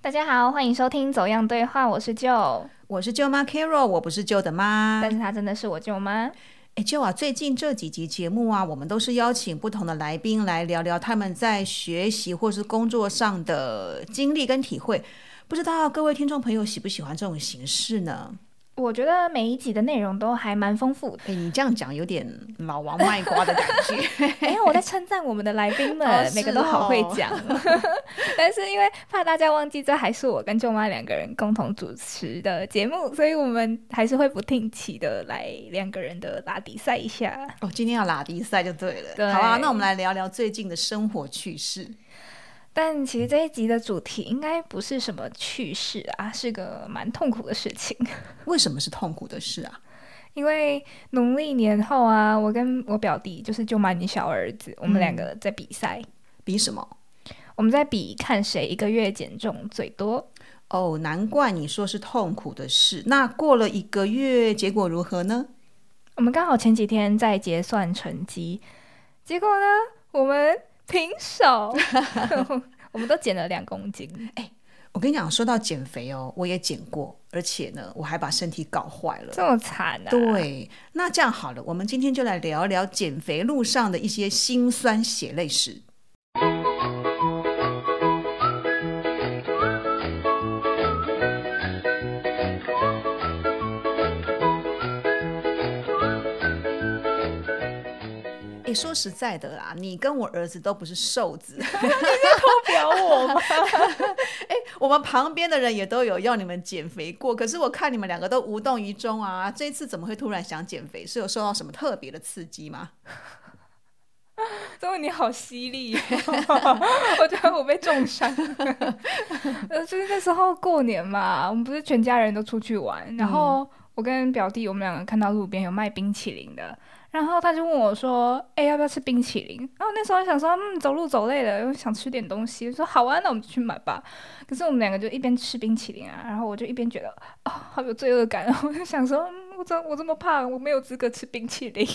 大家好，欢迎收听《走样对话》，我是舅，我是舅妈 Carol，我不是舅的妈。但是她真的是我舅妈。哎，舅啊，最近这几集节目啊，我们都是邀请不同的来宾来聊聊他们在学习或是工作上的经历跟体会。不知道各位听众朋友喜不喜欢这种形式呢？我觉得每一集的内容都还蛮丰 富的，哎，你这样讲有点老王卖瓜的感 觉。因为哎我在称赞我们的来宾们，哦每个都好会是哦讲。 但是因为怕大家忘记，这还是我跟舅妈两个人共同主持的节目，所以我们还是会不定期的来两个人的打比赛一下。哦，今天要拉低赛就对了。对好啊，那我们来聊聊最近的生活趣事。但其实这一集的主题应该不是什么趣事啊，是个蛮痛苦的事情。为什么是痛苦的事啊？因为农历年后啊，我跟我表弟就是舅妈你小儿子，我们两个在比赛，比什么？我们在比看谁一个月减重最多。哦，难怪你说是痛苦的事。那过了一个月，结果如何呢？我们刚好前几天在结算成绩，结果呢，我们平手， 我们都减了两公斤。我跟你讲，说到减肥哦，我也减过，而且呢，我还把身体搞坏了。这么惨啊！，对， 那这样好了，我们今天就来聊一聊减肥路上的一些辛酸血泪史。诶说实在的啦，你跟我儿子都不是瘦子，不表我吗？我们旁边的人也都有要你们减肥过，可是我看你们两个都无动于衷啊！这一次怎么会突然想减肥？是有受到什么特别的刺激吗？这问题好犀利、 哦，我觉得我被重伤 了。呃，就是那时候过年嘛，我们不是全家人都出去玩，然后我跟表弟我们两个看到路边有卖冰淇淋的，然后他就问我说：“哎、要不要吃冰淇淋？”然后那时候想说：“嗯，走路走累了，又想吃点东西。”说：“好啊，那我们就去买吧。”可是我们两个就一边吃冰淇淋啊，然后我就一边觉得哦，好有罪恶感，然后我就想说：“嗯、我怎我这么胖，我没有资格吃冰淇淋。”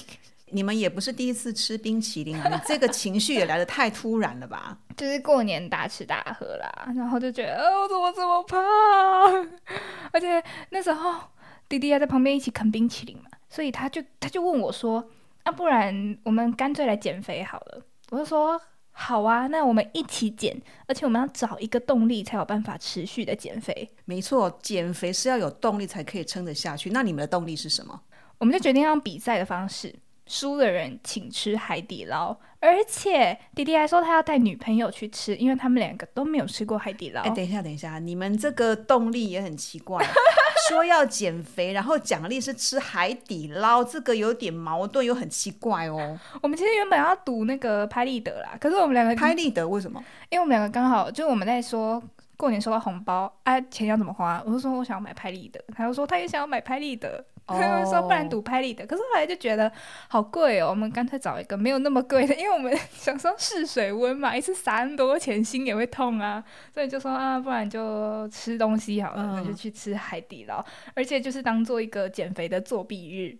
你们也不是第一次吃冰淇淋啊，你这个情绪也来得太突然了吧？就是过年大吃大喝啦，然后就觉得，呃，我怎么这么胖？ 而且那时候弟弟还在旁边一起啃冰淇淋嘛，所以他就他就问我说，那、不然我们干脆来减肥好了？我就说好啊，那我们一起减，而且我们要找一个动力才有办法持续的减肥。没错，减肥是要有动力才可以撑得下去。那你们的动力是什么？我们就决定用比赛的方式，输的人请吃海底捞，而且弟弟还说他要带女朋友去吃，因为他们两个都没有吃过海底捞。哎，等一下，等一下，你们这个动力也很奇怪，啊说要减肥，然后奖励是吃海底捞，这个有点矛盾，又很奇怪哦。 我们其实原本要赌那个拍立得啦，可是我们两个，拍立得为什么？因为我们两个刚好就是我们在说过年收到红包，啊，钱要怎么花？我就说我想要买拍立得，他就说他也想要买拍立得，哦他 就说不然赌拍立得。可是后来就觉得好贵哦，我们干脆找一个没有那么贵的，因为我们 想说试水温嘛，一次撒那么多钱心也会痛啊，所以就说啊，不然就吃东西好了，嗯那就去吃海底捞，而且就是当做一个减肥的作弊日。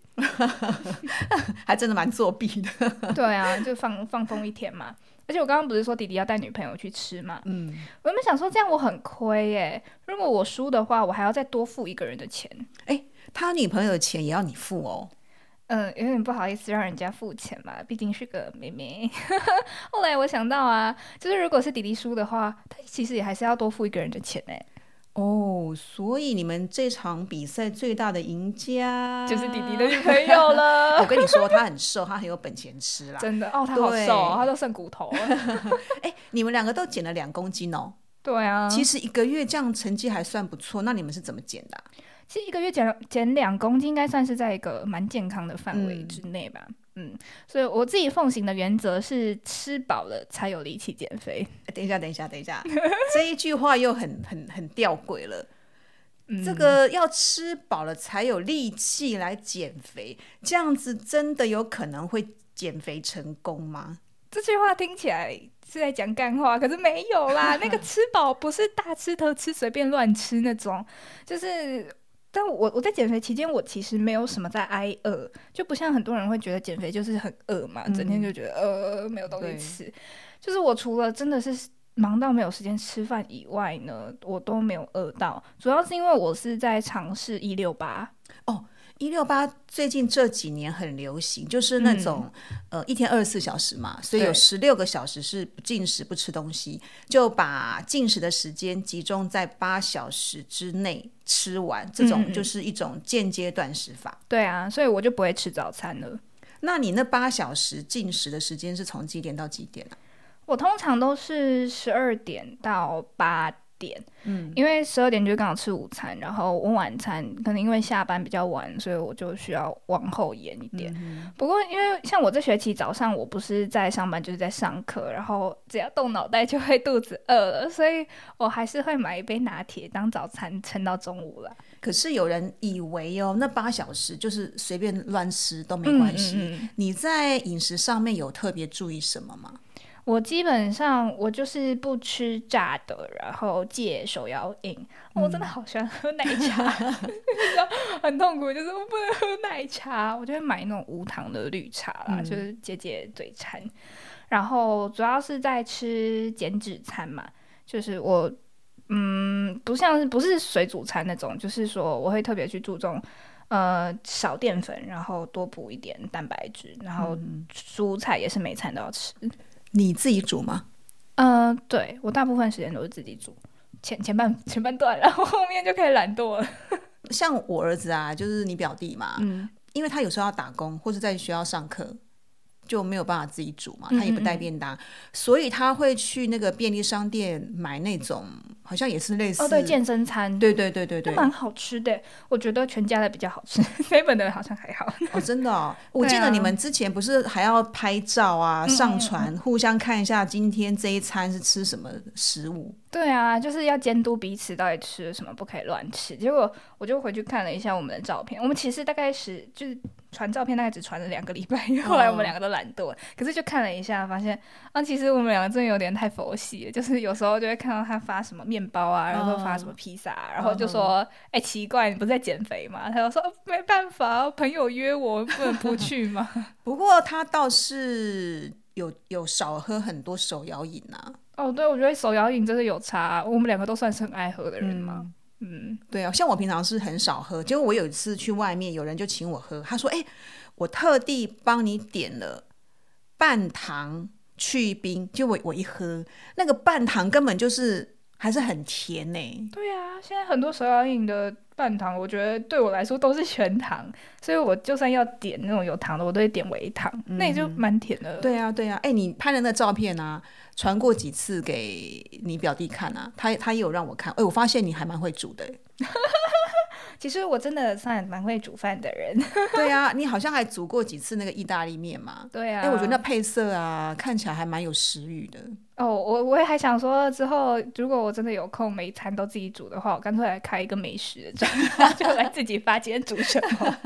还真的蛮作弊的。 对啊，就放放风一天嘛。而且我刚刚不是说弟弟要带女朋友去吃嘛？嗯。我原本想说这样我很亏耶，如果我输的话，我还要再多付一个人的钱。他女朋友的钱也要你付哦。嗯，有点不好意思让人家付钱嘛，毕竟是个妹妹。 后来我想到啊，就是如果是弟弟输的话，他其实也还是要多付一个人的钱哎，哦，所以你们这场比赛最大的赢家就是弟弟的。女朋友 我了。跟你说，他很瘦，他很有本钱吃啦。 真的哦，他好对瘦、哦，他都剩骨头了。哎，你们两个都减了两公斤哦。 对啊，其实一个月这样成绩还算不错，那你们是怎么减的啊、其实一个月减减两公斤，应该算是在一个蛮健康的范围嗯之内吧。嗯所以我自己奉行的原则是吃饱了才有力气减肥。哎等一下，等一下，等 一下，这一句话又很很很吊诡了。嗯这个要吃饱了才有力气来减肥，这样子真的有可能会减肥成功吗？这句话听起来是在讲干话，可是没有 啦。那个吃饱不是大吃特吃、随便乱吃那种，就是。但我我在减肥期间，我其实没有什么在挨饿，就不像很多人会觉得减肥就是很饿嘛，嗯整天就觉得呃没有东西对吃。就是我除了真的是忙到没有时间吃饭以外呢，我都没有饿到，主要是因为我是在尝试一六八，一六八最近这几年很流行，就是那种、呃一天二十四小时嘛，所以有嗯对十六个小时是不进食、不吃东西，就把进食的时间集中在八小时之内吃完，这嗯嗯种嗯就是一种间接断食法。对啊，所以我就不会吃早餐了。那你那八小时进食的时间是从几点到几点啊？我通常都是十二点到八点，嗯，因为十二点就刚好吃午餐，然后我晚餐可能因为下班比较晚，所以我就需要往后延一嗯点。不过因为像我这学期早上我不是在上班就是在上课，然后只要动脑袋就会肚子饿了，所以我还是会买一杯拿铁当早餐撑到中午啦。可是有人以为哦，那八小时就是随便乱吃都没关系。嗯嗯嗯你在饮食上面有特别注意什么吗？我基本上我就是不吃炸的，然后戒手摇饮。哦我真的好喜欢喝奶茶， 你知道很痛苦，就是我不能喝奶茶，我就会买那种无糖的绿茶啦，嗯就是解解嘴馋。然后主要是在吃减脂餐嘛，就是我嗯，不像是不是水煮餐那种，就是说我会特别去注重。呃，少淀粉，然后多补一点蛋白质，然后嗯蔬菜也是每餐都要吃。你自己煮吗？嗯，对我大部分时间都是自己煮，前前半前半段，然后后面就开始懒惰了。像我儿子啊，就是你表弟嘛，嗯，因为他有时候要打工或是在学校上课，就没有办法自己煮嘛，嗯嗯他也不带便当，所以他会去那个便利商店买那种，好像也是类似哦，对，健身餐，对对对对都对，蛮好吃的。我觉得全家的比较好吃，seven 的好像还好。哦，真的哦，我记 对啊得你们之前不是还要拍照啊，嗯上传，互相看一下今天这一餐是吃什么食物。对啊，就是要监督彼此到底吃了什么，不可以乱吃。结果我就回去看了一下我们的照片，我们其实大概是就是传照片，大概只传了两个礼拜，因为后来我们两个都懒惰。可是就看了一下，发现啊，其实我们两个真的有点太佛系了，就是有时候就会看到他发什么面包啊，然后发什么披萨、啊，然后就说，哎、奇怪，你不是在减肥吗？他就说、哦没办法，朋友约我，不能不去嘛。 不过他倒是有有少喝很多手摇饮啊，哦，对，我觉得手摇饮真的有差、啊我们两个都算是很爱喝的人嘛。嗯对啊，像我平常是很少喝，结果我有一次去外面，有人就请我喝，他说：“哎、我特地帮你点了半糖去冰。”结果我我一喝，那个半糖根本就是还是很甜呢、对啊，现在很多手摇饮的半糖，我觉得对我来说都是全糖， 所以我就算要点那种有糖的，我都会点微糖，那也就蛮甜的。，对啊，对啊，哎、你拍的那照片啊，传过几次给你表弟看啊？他他也有让我看。哎、我发现你还蛮会煮的、其实我真的算蛮会煮饭的 人。对啊，你好像还煮过几次那个意大利面嘛？对啊，哎、我觉得那配色啊，看起来还蛮有食欲的。哦，我我也还想说，之后如果我真的有空，每一餐都自己煮的话，我干脆来开一个美食的账号， 就来自己发今天煮什么。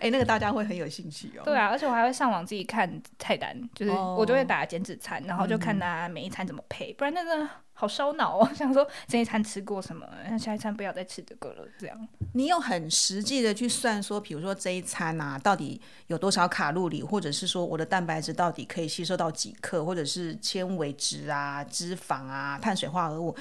哎、那个大家会很有兴趣哦。对啊，而且我还会上网自己看菜单，就是哦嗯我就会打减脂餐，然后就看它每一餐怎么配，不然真的好烧脑哦。 想说这一餐吃过什么，那下一餐不要再吃这个了，这样。你有很实际的去算说，比如说这一餐啊，到底有多少卡路里，或者是说我的蛋白质到底可以吸收到几克，或者是纤维质啊、脂肪啊、碳水化合物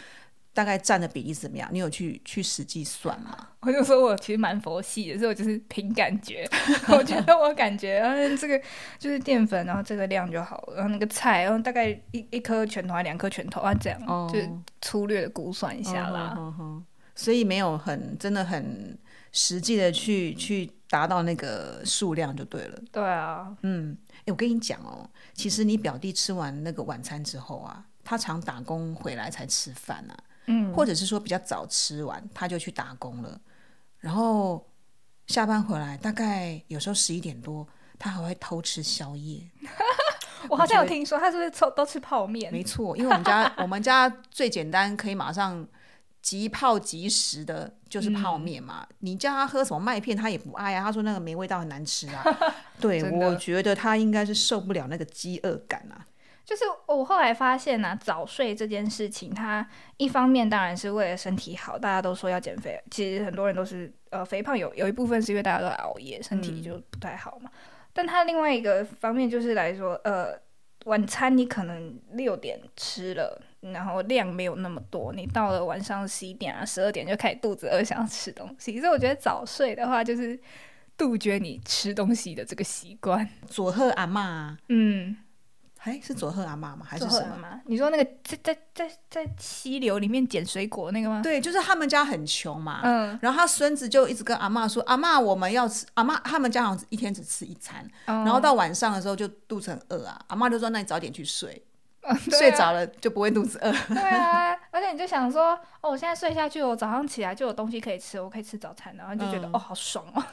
大概占的比例怎么样？你有去去实际算吗？我就说我其实蛮佛系的，所以我就是凭感觉。 我觉得我感觉，嗯，这个就是淀粉，然后这个量就好了，然后那个菜，然后大概一一颗拳头还两颗拳头啊，这样、哦嗯就是粗略的估算一下啦。所以没有很真的很实际的去去达到那个数量就对了。对啊，嗯，哎、我跟你讲哦，其实你表弟吃完那个晚餐之后啊，他常打工回来才吃饭啊。嗯，或者是说比较早吃完，他就去打工了，然后下班回来大概有时候十一点多，他还会偷吃宵夜。我好像有听说他是不是都都吃泡面？没错，因为我们家我 们家最简单可以马上即泡即食的就是嗯泡面嘛。你叫他喝什么麦片，他也不爱啊，他说那个没味道，很难吃 啊。对，真的我觉得他应该是受不了那个饥饿感啊。就是我后来发现呐、早睡这件事情，它一方面当然是为了身体好，大家都说要减肥，其实很多人都是呃肥胖有有一部分是因为大家都熬夜，身体就不太好嘛。但它另外一个方面就是来说，呃，晚餐你可能六点吃了，然后量没有那么多，你到了晚上十一点啊、十二点就开始肚子饿，想要吃东西。所以我觉得早睡的话，就是杜绝你吃东西的这个习惯。佐贺阿嬷啊，嗯，哎，是佐贺阿嬷吗？还是做什了么？吗？你说那个在在在在溪流里面捡水果那个吗？对，就是他们家很穷嘛。嗯，然后他孙子就一直跟阿嬷说：“阿嬷，我们要吃。”阿嬷他们家好像一天只吃一餐，然然 后到晚上的时候就肚子很饿啊。阿嬷就说：“那你早点去 睡，睡睡着了就不会肚子饿。啊 对啊，而且你就想说，哦，我现在睡下去，我早上起来就有东西可以吃，我可以吃早餐，然后你就觉得、嗯哦，好爽 哦。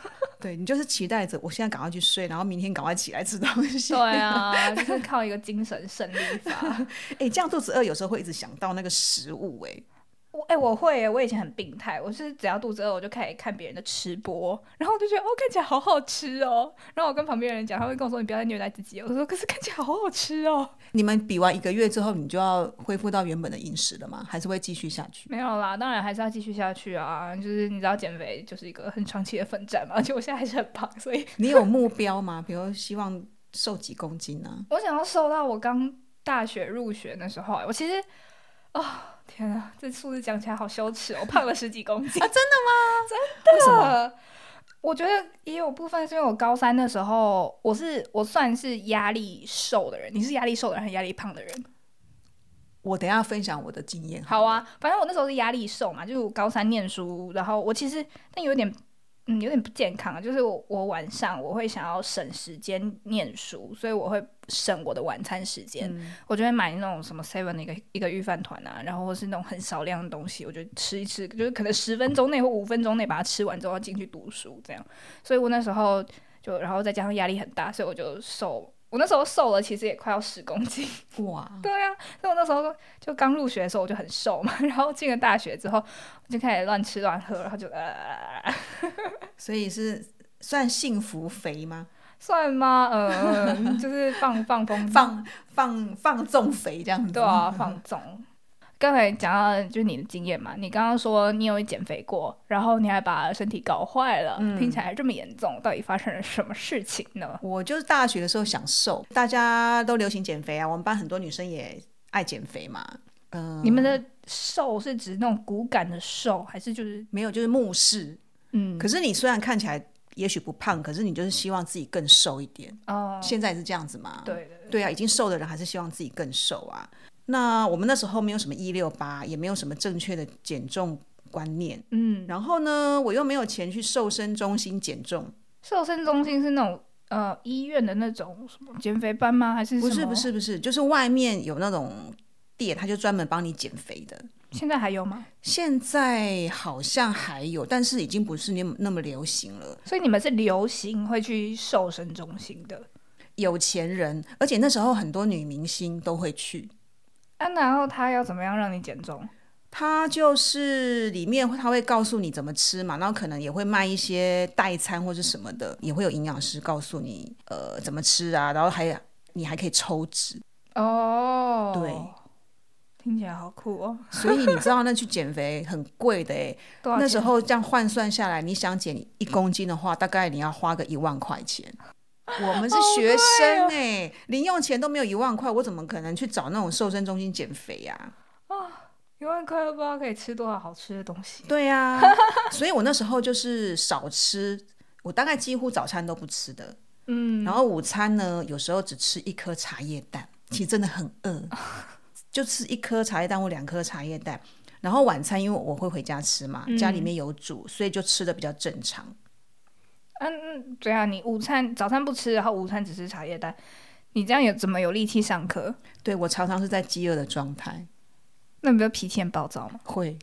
对你就是期待着我现在赶快去睡，然后明天赶快起来吃东西。对啊， 就是靠一个精神胜利法。 哎，这样肚子饿有时候会一直想到那个食物、哎，我哎、我会耶，我以前很病态，我是只要肚子饿，我就开始看别人的吃播，然后我就觉得哦，看起来好好吃哦。然后我跟旁边人讲，他会跟我说你不要再虐待自己了。哦我说可是看起来好好吃哦。你们比完一个月之后，你就要恢复到原本的饮食了吗？还是会继续下去？没有啦，当然还是要继续下去啊。就是你知道减肥就是一个很长期的奋战嘛，而且我现在还是很胖，所以你有目标吗？比如希望瘦几公 斤呢、我想要瘦到我刚大学入学那时候啊，我其实哦天啊，这数字讲起来好羞耻哦，我胖了十几公 斤啊真为什么？呃我觉得也有部分是因为我高三的时候，我是我算是压力瘦的人，你是压力瘦的人还是压力胖的人？我等一下分享我的经验。好，啊，反正我那时候是压力瘦嘛，就是我高三念书，然后我其实但有点。嗯，有点不健康啊，就是我我晚上我会想要省时间念书，所以我会省我的晚餐时间，嗯我就会买那种什么 seven 的一个一个预饭团啊，然后或是那种很少量的东西，我就吃一吃，就是可能十分钟内或五分钟内把它吃完之后要进去读书这样。所以我那时候就，然后再加上压力很大，所以我就瘦，我那时候瘦了其实也快要十公斤。哇， 对啊，所以我那时候就刚入学的时候我就很瘦嘛， 然后进了大学之后我就开始乱吃乱喝，然后就呃，所以是算幸福肥吗？算吗？嗯， 就是放放风放放放纵肥这样子？对啊，放纵。刚才讲到的就是你的经验嘛，你刚刚说你有减肥过，然后你还把身体搞坏了，嗯听起来这么严重，到底发生了什么事情呢？我就是大学的时候想瘦，大家都流行减肥啊，我们班很多女生也爱减肥嘛。嗯、你们的瘦是指那种骨感的瘦，还是就是没有就是目视，嗯可是你虽然看起来也许不胖，可是你就是希望自己更瘦一点。哦，现在也是这样子嘛？对的，对啊，已经瘦的人还是希望自己更瘦啊。那我们那时候没有什么一六八，也没有什么正确的减重观念。嗯，然后呢，我又没有钱去瘦身中心减重，瘦身中心是那种呃医院的那种什么减肥班吗？还是不什是么不？是不是，就是外面有那种店，他就专门帮你减肥的。现在还有吗？现在好像还有，但是已经不是那么那么流行了。所以你们是流行会去瘦身中心的有钱人，而且那时候很多女明星都会去，啊？然后他要怎么样让你减重？它就是里面会它会告诉你怎么吃嘛，然后可能也会卖一些代餐或是什么的，也会有营养师告诉你呃怎么吃啊，然后还你还可以抽脂，哦，对，听起来好酷哦。所以你知道那去减肥很贵的诶，多少那钱时候这样换算下来，你想减一公斤的话，大概你要花个一万块钱。我们是学生诶，零用钱都没有一万块，我怎么可能去找那种瘦身中心减肥啊呀、一万块都不知道可以吃多少好吃的东西。对呀、所以我那时候就是少吃，我大概几乎早餐都不吃的，嗯，然后午餐呢，有时候只吃一颗茶叶蛋，其实真的很饿，就吃一颗茶叶蛋或两颗茶叶蛋。然后晚餐，因为我会回家吃嘛，家里面有煮，所以就吃的比较正常。嗯，对啊，你午餐早餐不吃，然后午餐只吃茶叶蛋，你这样有怎么有力气上课？对我常常是在饥饿的状态，那你不就脾气很暴躁吗？会。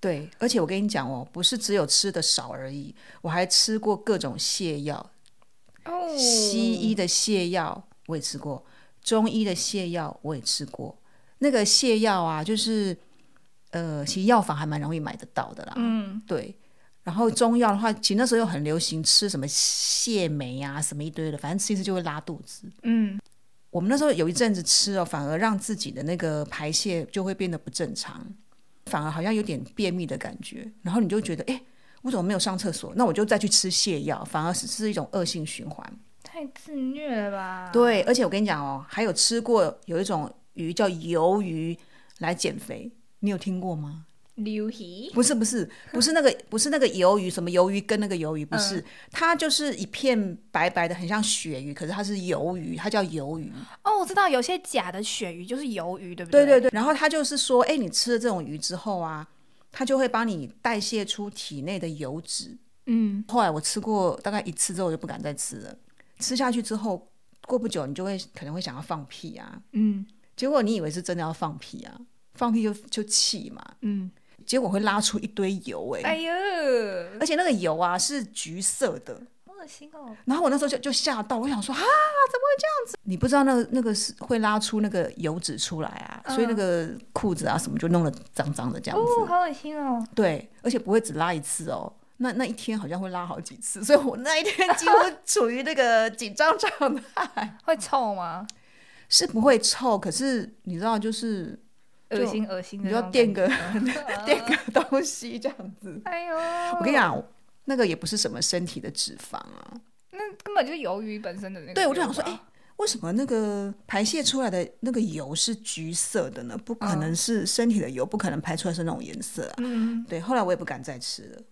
对，而且我跟你讲哦，不是只有吃的少而已，我还吃过各种泻药，哦西医的泻药我也吃过，中医的泻药我也吃过。那个泻药啊，就是呃，其实药房还蛮容易买得到的啦。嗯，对。然后中药的话，其实那时候又很流行吃什么泻梅啊，什么一堆的，反正吃一吃就会拉肚子。嗯，我们那时候有一阵子吃哦，反而让自己的那个排泄就会变得不正常，反而好像有点便秘的感觉。然后你就觉得，哎，我怎么没有上厕所？那我就再去吃泻药，反而是是一种恶性循环。太自虐了吧？，对，而且我跟你讲哦，还有吃过有一种鱼叫鱿鱼来减肥，你有听过吗？鱿鱼，不是不是不是那个不是那个鱿鱼，什么鱿鱼跟那个鱿鱼不是，它就是一片白白的，很像鳕鱼，可是它是鱿鱼，它叫鱿鱼。哦，我知道有些假的鳕鱼就是鱿鱼，对不对对对对，然后它就是说，哎，你吃了这种鱼之后啊，它就会帮你代谢出体内的油脂。嗯，后来我吃过大概一次之后，我就不敢再吃了。吃下去之后，过不久你就会可能会想要放屁啊，嗯结果你以为是真的要放屁啊，放屁就就气嘛，嗯，结果会拉出一堆油、哎、哎呦，而且那个油啊是橘色的。好恶心哦！然后我那时候就就吓到，我想说啊，怎么会这样子？你不知道那个那个是会拉出那个油脂出来啊，所以那个裤子啊什么就弄得脏脏的这样子。嗯哦，好恶心哦！对，而且不会只拉一次哦。那那一天好像会拉好几次，所以我那一天几乎处于那个紧张状 态，会臭吗？是不会臭，可是你知道，就是就恶心恶心的你那要种感觉，垫个嗯 垫个东西这样子。哎呦，我 我跟你，讲，那个也不是什么身体的脂肪啊，那根本就是鱿鱼本身的那个。对，我就想说，哎、，为什么那个排泄出来的那个油是橘色的呢？不可能是身体的油，不可能排出来是那种颜色啊。嗯，对，后来我也不敢再吃了。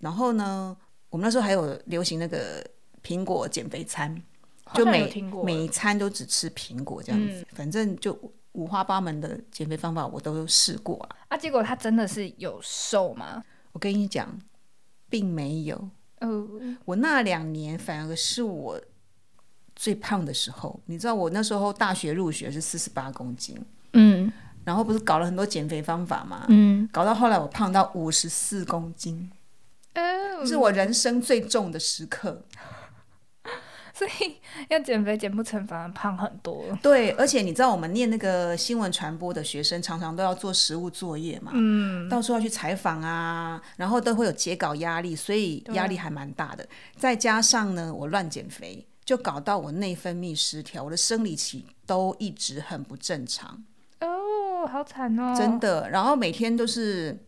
然后呢，我们那时候还有流行那个苹果减肥餐，好就像有每听过每一餐都只吃苹果这样子，反正就五花八门的减肥方法我都试过啊。啊，结果他真的是有瘦吗？我跟你讲，并没有。哦，我那两年反而是我最胖的时候。你知道我那时候大学入学是四十八公斤，嗯然后不是搞了很多减肥方法嘛，嗯，搞到后来我胖到五十四公斤，哦，是我人生最重的时刻。所以要减肥减不成，反而胖很多。对，而且你知道我们念那个新闻传播的学生，常常都要做实务作业嘛，嗯，到处要去采访啊，然后都会有截稿压力，所以对压力还蛮大的。再加上呢，我乱减肥，就搞到我内分泌失调，我的生理期都一直很不正常，哦，好惨哦，真，的。然后每天都是，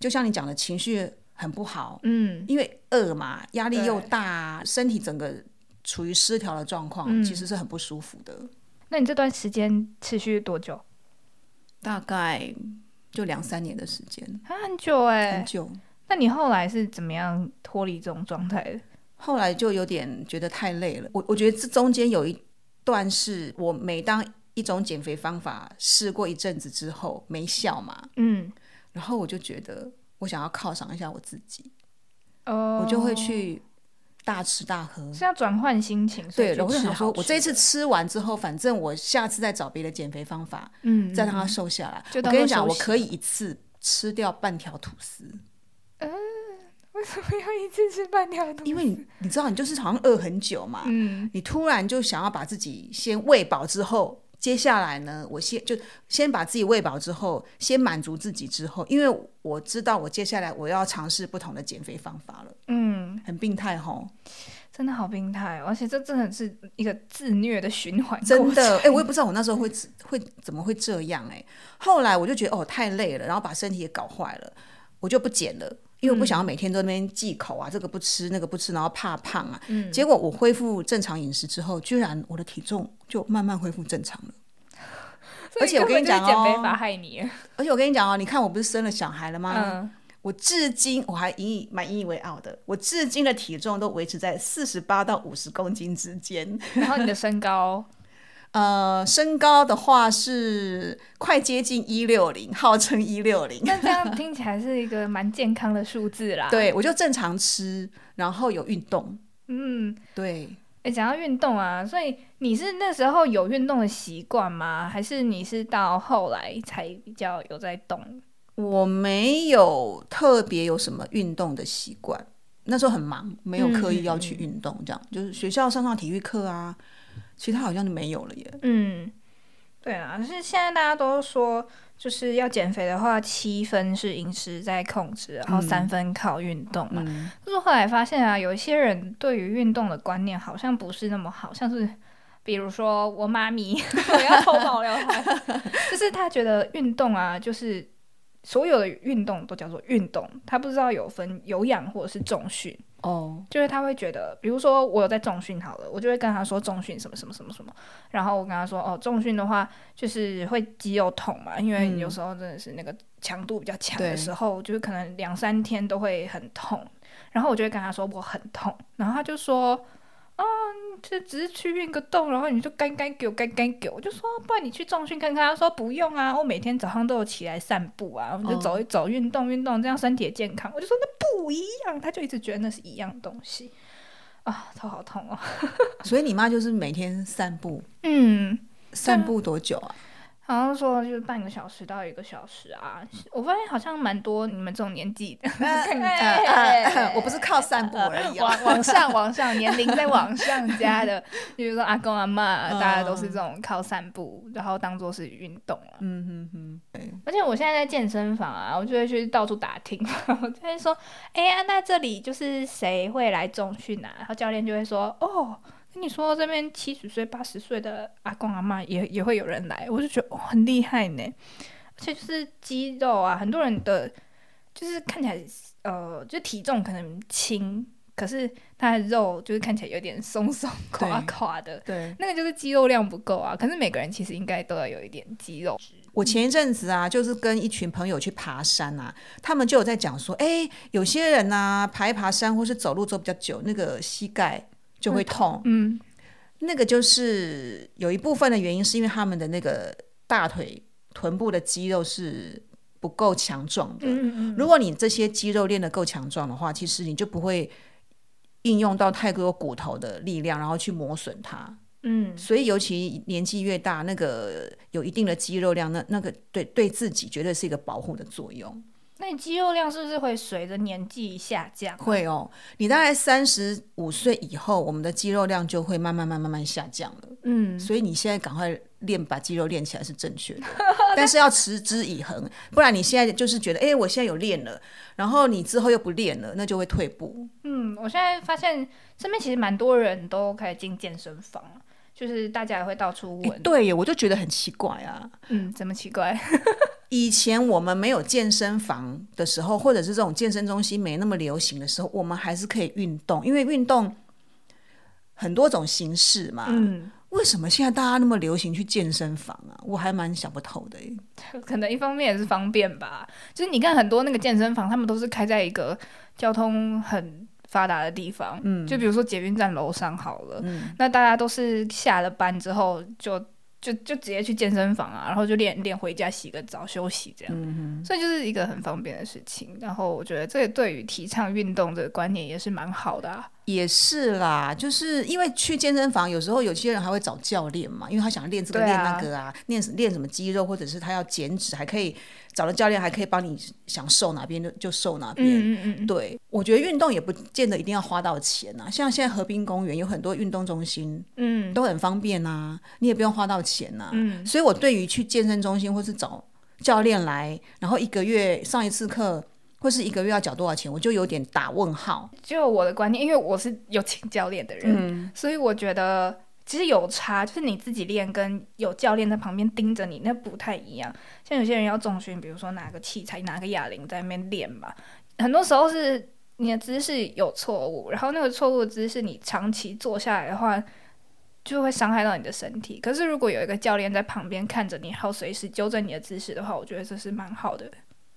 就像你讲的，情绪很不好，嗯因为饿嘛，压力又对大啊，身体整个处于失调的状况，嗯其实是很不舒服的。那你这段时间持续多久？大概就两三年的时间，啊，很久哎、很久。欸那你后来是怎么样脱离这种状态的？后来就有点觉得太累了。我我觉得这中间有一段是我每当一种减肥方法试过一阵子之后没效嘛，嗯，然后我就觉得我想要犒赏一下我自己，哦，我就会去大吃大喝。是要转换心情，所以对，去然后我就吃想好说，我吃这一次的，吃完之后，反正我下次再找别的减肥方法，嗯，再让嗯它瘦下来。就我当做跟你讲，休我息可以一次吃掉半条吐司，为什么要一次吃半条？因为你你知道，你就是好像饿很久嘛，嗯，你突然就想要把自己先喂饱之后，接下来呢，我先就先把自己喂饱之后，先满足自己之后，因为我知道我接下来我要尝试不同的减肥方法了，嗯，很病态吼，真的好病态、哦，而且这真的是一个自虐的循环，真的，哎、我也不知道我那时候会会怎么会这样哎、后来我就觉得哦太累了，然后把身体也搞坏了，我就不减了。因为我不想要每天都在那边忌口啊，这个不吃那个不吃，然后怕胖啊。嗯结果我恢复正常饮食之后，居然我的体重就慢慢恢复正常了。所以而且我根本跟你就是讲减肥哦法害你，而且我跟你讲哦，你看我不是生了小孩了吗？嗯，我至今我还引以蛮引以为傲的，我至今的体重都维持在四十八到五十公斤之间。然后你的身 高，呃，身高的话是快接近一六零，号称一六零。那这样听起来是一个蛮健康的数字啦，，对，我就正常吃，然后有运动。嗯，对，哎，讲到运动啊，所以你是那时候有运动的习惯吗？还是你是到后来才比较有在动？我没有特别有什么运动的习惯，那时候很忙，没有刻意要去运动，这样、就是学校上上体育课啊，其他好像就没有了耶。嗯，对啊，就是现在大家都说，就是要减肥的话，七分是饮食在控制，然后三分靠运动嘛。嗯，就是后来发现啊，有一些人对于运动的观念好像不是那么好，像是比如说 我妈咪，我要偷保疗她，就是她觉得运动啊，就是所有的运动都叫做运动，他不知道有分有氧或者是重训，哦，就是他会觉得，比如说我有在重训好了，我就会跟他说重训什么什么什么什么，然后我跟他说哦，重训的话就是会肌肉痛嘛，因为嗯有时候真的是那个强度比较强对的时候，就是可能两三天都会很痛，然后我就会跟他说我很痛，然后他就说。啊，这只是去运个动，然后你就干干给我干干给我，我就说不然你去重训看看。他说不用啊，我每天早上都有起来散步啊，我们就哦走一走，运动运动，这样身体也健康。我就说那不一样，他就一直觉得那是一样东西啊，头好痛哦。所以你妈就是每天散步，嗯，散步多久 啊？好像说就是半个小时到一个小时啊，我发现好像蛮多你们这种年纪的，看嗯我不是靠散步而已、啊。往往上往上，年龄在往上加的，比如说阿公阿妈，嗯大家都是这种靠散步，然后当做是运动啊。嗯哼哼，而且我现在在健身房啊，我就会去到处打听， 我就会说，哎、呀、那这里就是谁会来重训啊？然后教练就会说，哦。跟你说，这边七十岁、八十岁的阿公阿妈也也会有人来，我就觉得、哦、很厉害呢。而且就是肌肉啊，很多人的就是看起来呃，就体重可能轻，可是他的肉就是看起来有点松松垮垮的，对那个就是肌肉量不够啊。可是每个人其实应该都要有一点肌肉，我前一阵子啊，就是跟一群朋友去爬山啊，他们就有在讲说，哎，有些人呐、爬一爬山或是走路走比较久，那个膝盖就会痛。嗯，那个就是有一部分的原因是因为他们的那个大腿、臀部的肌肉是不够强壮的。嗯嗯如果你这些肌肉练得够强壮的话，其实你就不会应用到太多骨头的力量，然后去磨损它。嗯，所以，尤其年纪越大，那个有一定的肌肉量，那那个对对自己绝对是一个保护的作用。那你肌肉量是不是会随着年纪下降？会哦，你大概三十五岁以后，我们的肌肉量就会慢慢、慢慢、慢慢下降了。嗯，所以你现在赶快练，把肌肉练起来是正确的，但是要持之以恒，不然你现在就是觉得，哎、我现在有练了，然后你之后又不练了，那就会退步。嗯，我现在发现身边其实蛮多人都开始进健身房了，就是大家也会到处诶问，对耶，我就觉得很奇怪啊。嗯，怎么奇怪？以前我们没有健身房的时候，或者是这种健身中心没那么流行的时候，我们还是可以运动，因为运动很多种形式嘛。嗯，为什么现在大家那么流行去健身房啊？我还蛮想不透的耶。欸可能一方面也是方便吧，就是你看很多那个健身房，他们都是开在一个交通很发达的地方，嗯，就比如说捷运站楼上好了，嗯那大家都是下了班之后就就就直接去健身房啊，然后就练练，回家洗个澡休息这样，嗯所以就是一个很方便的事情。然后我觉得这个对于提倡运动这个观念也是蛮好的、啊，也是啦，就是因为去健身房，有时候有些人还会找教练嘛，因为他想练这个对练啊那个啊，练什练什么肌肉，或者是他要减脂，还可以找了教练，还可以帮你想瘦哪边就就瘦哪边。嗯嗯嗯，对，我觉得运动也不见得一定要花到钱啊，像现在河滨公园有很多运动中心嗯都很方便啊，你也不用花到钱啊。嗯所以我对于去健身中心或是找教练来，然后一个月上一次课，或是一个月要缴多少钱，我就有点打问号。就我的观念，因为我是有请教练的人，嗯，所以我觉得其实有差，就是你自己练跟有教练在旁边盯着你那不太一样。像有些人要重训，比如说拿个器材、拿个哑铃在那边练嘛，很多时候是你的姿势有错误，然后那个错误的姿势你长期做下来的话。就会伤害到你的身体。可是如果有一个教练在旁边看着你，然后随时纠正你的姿势的话，我觉得这是蛮好的。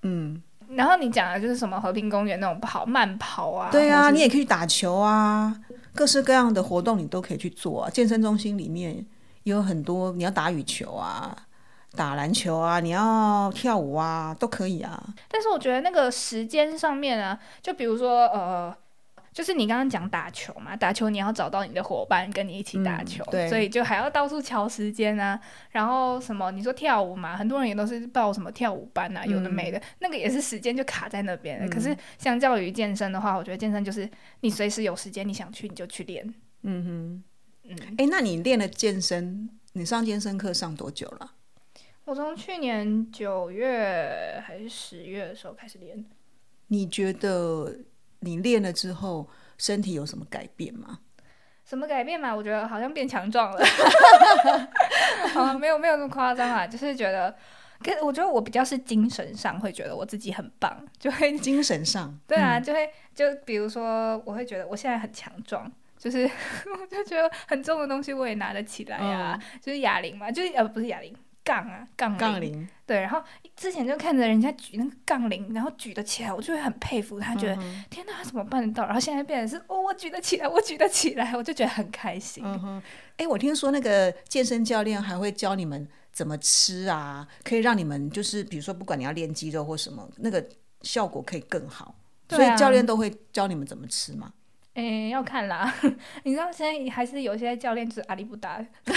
嗯，然后你讲的就是什么和平公园那种跑慢跑啊，对或啊，是你也可以打球啊，各式各样的活动你都可以去做啊。健身中心里面也有很多，你要打羽球啊，打篮球啊，你要跳舞啊，都可以啊。但是我觉得那个时间上面啊，就比如说呃，就是你刚刚讲打球嘛，打球你要找到你的伙伴跟你一起打球，嗯对所以就还要到处瞧时间啊。然后什么你说跳舞嘛，很多人也都是报什么跳舞班啊，有的没的，那个也是时间就卡在那边了。可是相较于健身的话，我觉得健身就是你随时有时间，你想去你就去练。嗯哼，嗯，诶，哎那你练了健身，你上健身课上多久了？我从去年九月还是十月的时候开始练。你觉得你练了之后，身体有什么改 变吗？什么改变嘛？我觉 得好像变强壮了，好、啊，没有没有那么夸张啊，就是觉得可我觉得我比较是精神上会觉得我自己很棒，就会精神上，嗯对啊，就会就比如说，我会觉得我现在很强壮，就是 我就觉得很重的东西我也拿得起来啊，就是哑铃嘛，就是呃不是哑铃，杠啊杠嗯杠铃，对，然后之前就看着人家举那个杠铃，然后举得起来，我就会很佩服他，觉得、嗯天哪，他怎么办得到？然后现在变成是哦，我举得起来，我举得起来，我就觉得很开心。嗯哼，哎，我听说那个健身教练还会教你们怎么吃啊，可以让你们就是比如说不管你要练肌肉或什么，那个效果可以更好。所对啊以教练都会教你们怎么吃嘛。诶、要看啦， 你知道现在还是有些教练就是阿里不达，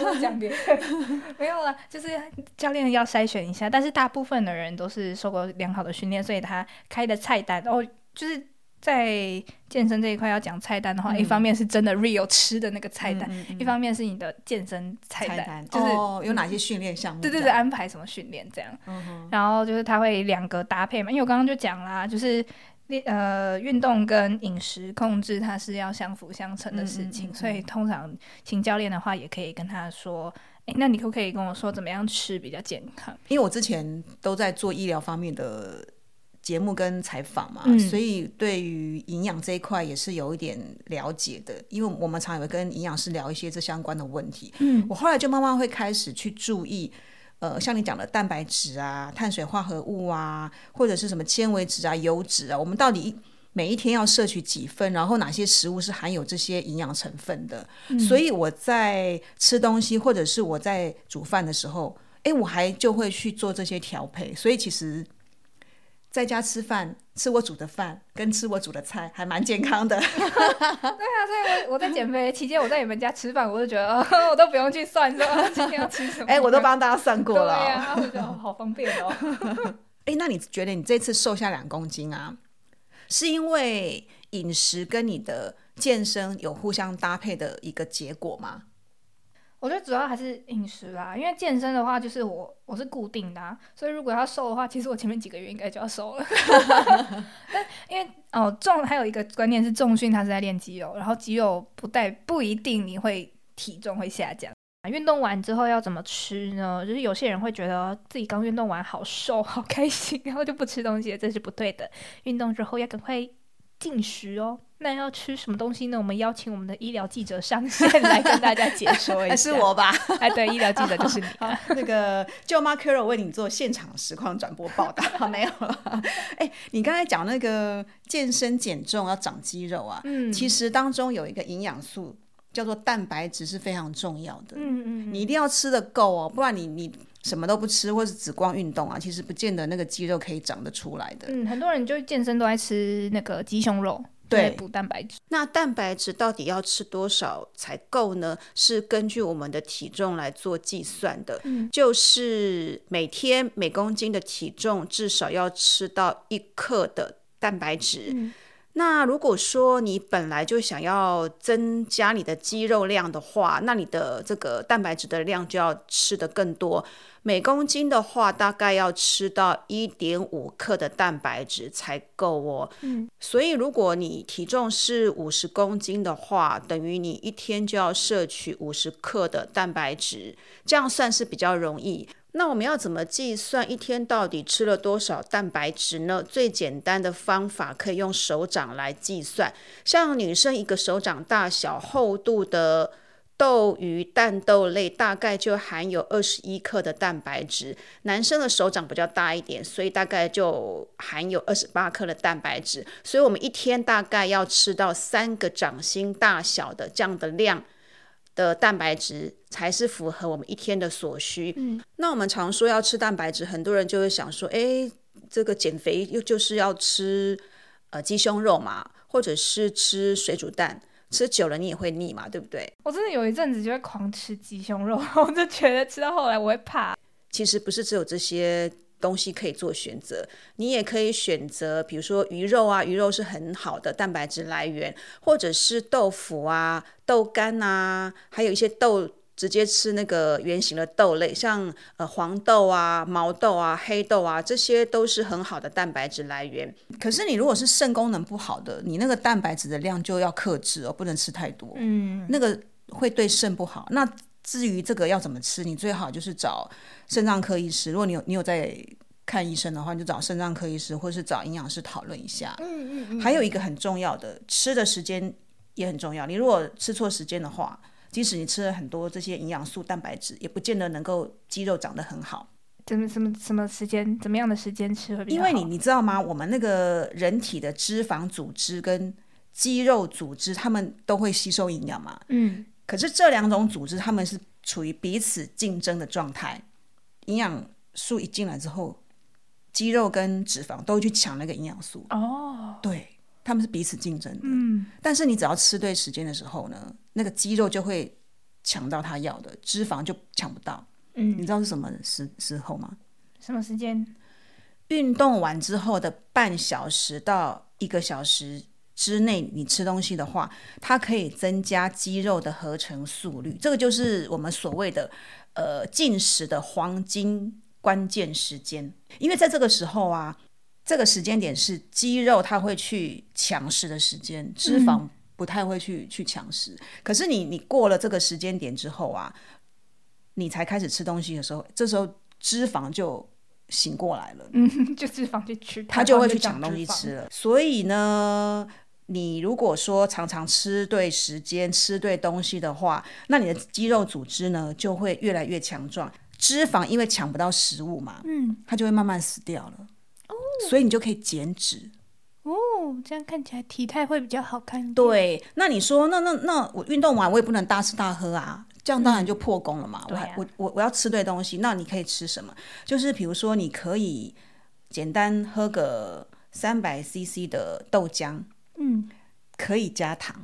我我讲别人 没有啦，就是教练要筛选一下，但是大部分的人都是受过良好的训练，所以他开的菜单哦，就是在健身这一块要讲菜单的话，嗯一方面是真的 real 吃的那个菜单，嗯嗯嗯一方面是你的健身菜菜单，单就是、哦，有哪些训练项目？对对啊这对，样，安排什么训练这样。嗯哼，然后就是它会两个搭配嘛，因为我刚刚就讲啦，就是练呃运动跟饮食控制它是要相辅相成的事情，嗯嗯嗯嗯所以通常请教练的话，也可以跟他说，哎，那你可不可以跟我说怎么样吃比较健康？ 因为我之前都在做医疗方面的节目跟采访嘛，嗯所以对于营养这一块也是有一点了解的。因为我们常也会跟营养师聊一些这相关的问题。嗯我后来就慢慢会开始去注意，呃，像你讲的蛋白质啊、碳水化合物啊，或者是什么纤维质啊、油脂啊，我们到底一每一天要摄取几份，然后哪些食物是含有这些营养成分的。嗯所以我在吃东西或者是我在煮饭的时候，诶，我还就会去做这些调配。所以其实。在家吃饭，吃我煮的饭跟吃我煮的菜，还蛮健康的。啊我我在减肥期间，我在你们家吃饭，我就觉得、哦、我都不用去算说、哦、今天要吃 什么，诶，哎我都帮大家算过了哦、对呀、我就觉得哦好方便哦。哎，那你觉得你这次瘦下两公斤啊，是因为饮食跟你的健身有互相搭配的一个结果吗？我觉得主要还是饮食啦，因为健身的话，就是我我是固定的、啊，所以如果要瘦的话，其实我前面几个月应该就要瘦了。 但因为哦重还有一个观念是重训它是在练肌肉，然后肌肉不带不一定你会体重会下降。运动完之后要怎么吃呢？就是有些人会觉得自己刚运动完好瘦好开心，然后就不吃东西了，这是不对的。运动之后要赶快进食哦。那要吃什么东西呢？我们邀请我们的医疗记者上线来跟大家解说一下。 还是我吧？ 哎，对，医疗记者就是你。好，那个舅妈 Carol 为你做现场实况转播报道， 没有了。哎，你刚才讲那个健身减重要长肌肉啊，嗯，其实，实当中有一个营养素叫做蛋白质是非常重要的。嗯嗯，你一定要吃的够哦，不然你你什么都不吃，或是只光运动啊，其实不见得那个肌肉可以长得出来的。嗯，很多人就健身都爱吃那个鸡胸肉，对来补蛋白质。那蛋白质到底要吃多少才够呢？是根据我们的体重来做计算的，嗯就是每天每公斤的体重至少要吃到一克的蛋白质。嗯那如果说你本来就想要增加你的肌肉量的话，那你的这个蛋白质的量就要吃的更多。每公斤的话，大概要吃到一点五克的蛋白质才够哦。嗯，所以如果你体重是五十公斤的话，等于你一天就要摄取五十克的蛋白质，这样算是比较容易。那我们要怎么计算一天到底吃了多少蛋白质呢？最简单的方法可以用手掌来计算，像女生一个手掌大小厚度的豆鱼蛋豆类大概就含有二十一克的蛋白质，男生的手掌比较大一点，所以大概就含有二十八克的蛋白质，所以我们一天大概要吃到三个掌心大小的这样的量的蛋白质，才是符合我们一天的所需。嗯，那我们常说要吃蛋白质，很多人就会想说，诶，这个减肥又就是要吃呃鸡胸肉嘛，或者是吃水煮蛋，吃久了你也会腻嘛，对不对？我真的有一阵子就会狂吃鸡胸肉， 我就觉得吃到后来我会怕。其实不是只有这些东西可以做选择，你也可以选择，比如说鱼肉啊，鱼肉是很好的蛋白质来源，或者是豆腐啊、豆干啊，还有一些豆。直接吃那个圆形的豆类，像呃黄豆啊、毛豆啊、黑豆啊，这些都是很好的蛋白质来源。可是你如果是肾功能不好的，你那个蛋白质的量就要克制哦，不能吃太多，嗯，那个会对肾不好。那至于这个要怎么吃，你最好就是找肾脏科医师。如果你有你有在看医生的话，你就找肾脏科医师，或是找营养师讨论一下。嗯嗯嗯，还有一个很重要的，吃的时间也很重要。你如果吃错时间的话，即使你吃了很多这些营养素、蛋白质，也不见得能够肌肉长得很好。怎么什么什么时间，怎么样的时间吃会比较因好？为你你知道吗？我们那个人体的脂肪组织跟肌肉组织，它们都会吸收营养嘛。嗯，可是这两种组织，它们是处于彼此竞争的状态。营养素一进来之后，肌肉跟脂肪都会去抢那个营养素，哦，对，他们是彼此竞争的。嗯，但是你只要吃对时间的时候呢，那个肌肉就会抢到它要的，脂肪就抢不到。你嗯，知道是什么时时候吗？什么时间？运动完之后的半小时到一个小时之内，你吃东西的话，它可以增加肌肉的合成速率。这个就是我们所谓的呃进食的黄金关键时间，因为在这个时候啊，这个时间点是肌肉它会去抢食的时间，脂肪不太会去、去抢食。可是你你过了这个时间点之后啊，你才开始吃东西的时候，这时候脂肪就醒过来了。嗯， 就脂肪去吃，他就会去长抢东西脂肪吃。了。所以呢，你如果说常常吃对时间、吃对东西的话，那你的肌肉组织呢就会越来越强壮。脂肪因为抢不到食物嘛，嗯，它就会慢慢死掉了。所以你就可以减脂。哦，这样看起来体态会比较好看一点。，对，那你说，那那那我运动完我也不能大吃大喝啊，这样当然就破功了嘛。我对还、啊我我我要吃对东西，那你可以吃什么？就是比如说，你可以简单喝个三百 CC 的豆浆，嗯，可以加糖，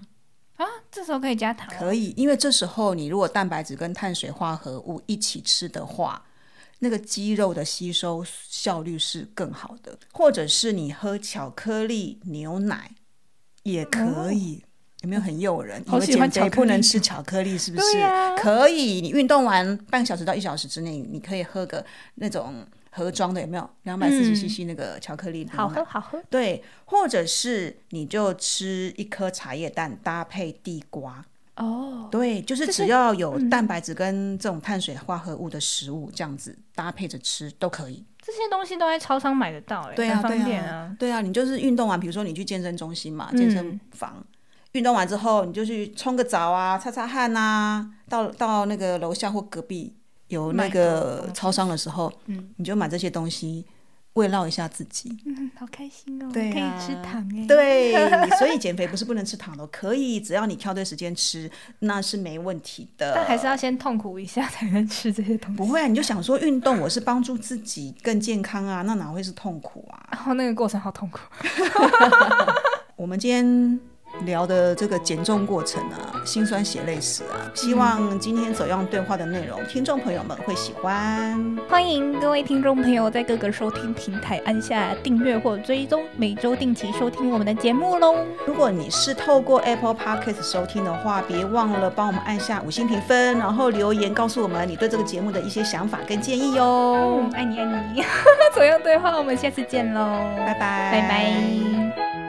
啊，这时候可以加糖哦，可以，因为这时候你如果蛋白质跟碳水化合物一起吃的话，那个肌肉的吸收效率是更好的。或者是你喝巧克力牛奶也可以，有没有很诱人？哦好因为喜欢减巧肥克力不能吃巧克力，是不是？对呀可以，你运动完半小时到一小时之内，你可以喝个那种盒装的，有没有？两百四十嗯 CC 那个巧克力牛奶，好喝好喝。对，或者是你就吃一颗茶叶蛋搭配地瓜，哦，对，就是这只是嗯要有蛋白质跟这种碳水化合物的食物，这样子搭配着吃都可以。这些东西都在超商买得到，哎，对啊，很对方便啊啊，。对啊，你就是运动完，比如说你去健身中心嘛，嗯健身房。运动完之后，你就去冲个澡啊，擦擦汗啊，到到那个楼下或隔壁有那买个个东西超商的时候，嗯你就买这些东西慰劳一下自己。嗯，好开心哦，对可以啊吃糖 哎。，对，所以减肥不是不能吃糖的，可以，只要你挑对时间吃，那是没问题的。但还是要先痛苦一下才能吃这些东 西。不会啊，你就想说运动我是帮助自己更健康啊，那哪会是痛苦啊？然哦后那个过程好痛苦。我们今天聊的这个减重过程啊，心酸血泪史啊，希望今天走样对话的内容，听众朋友们会喜欢。欢迎各位听众朋友在各个收听平台按下订阅或追踪，每周定期收听我们的节目喽。如果你是透过 Apple Podcast 收听的话，别忘了帮我们按下五星评分，然后留言告诉我们你对这个节目的一些想法跟建议哟。 嗯，爱你爱你，左右对话，我们下次见喽，拜拜，拜拜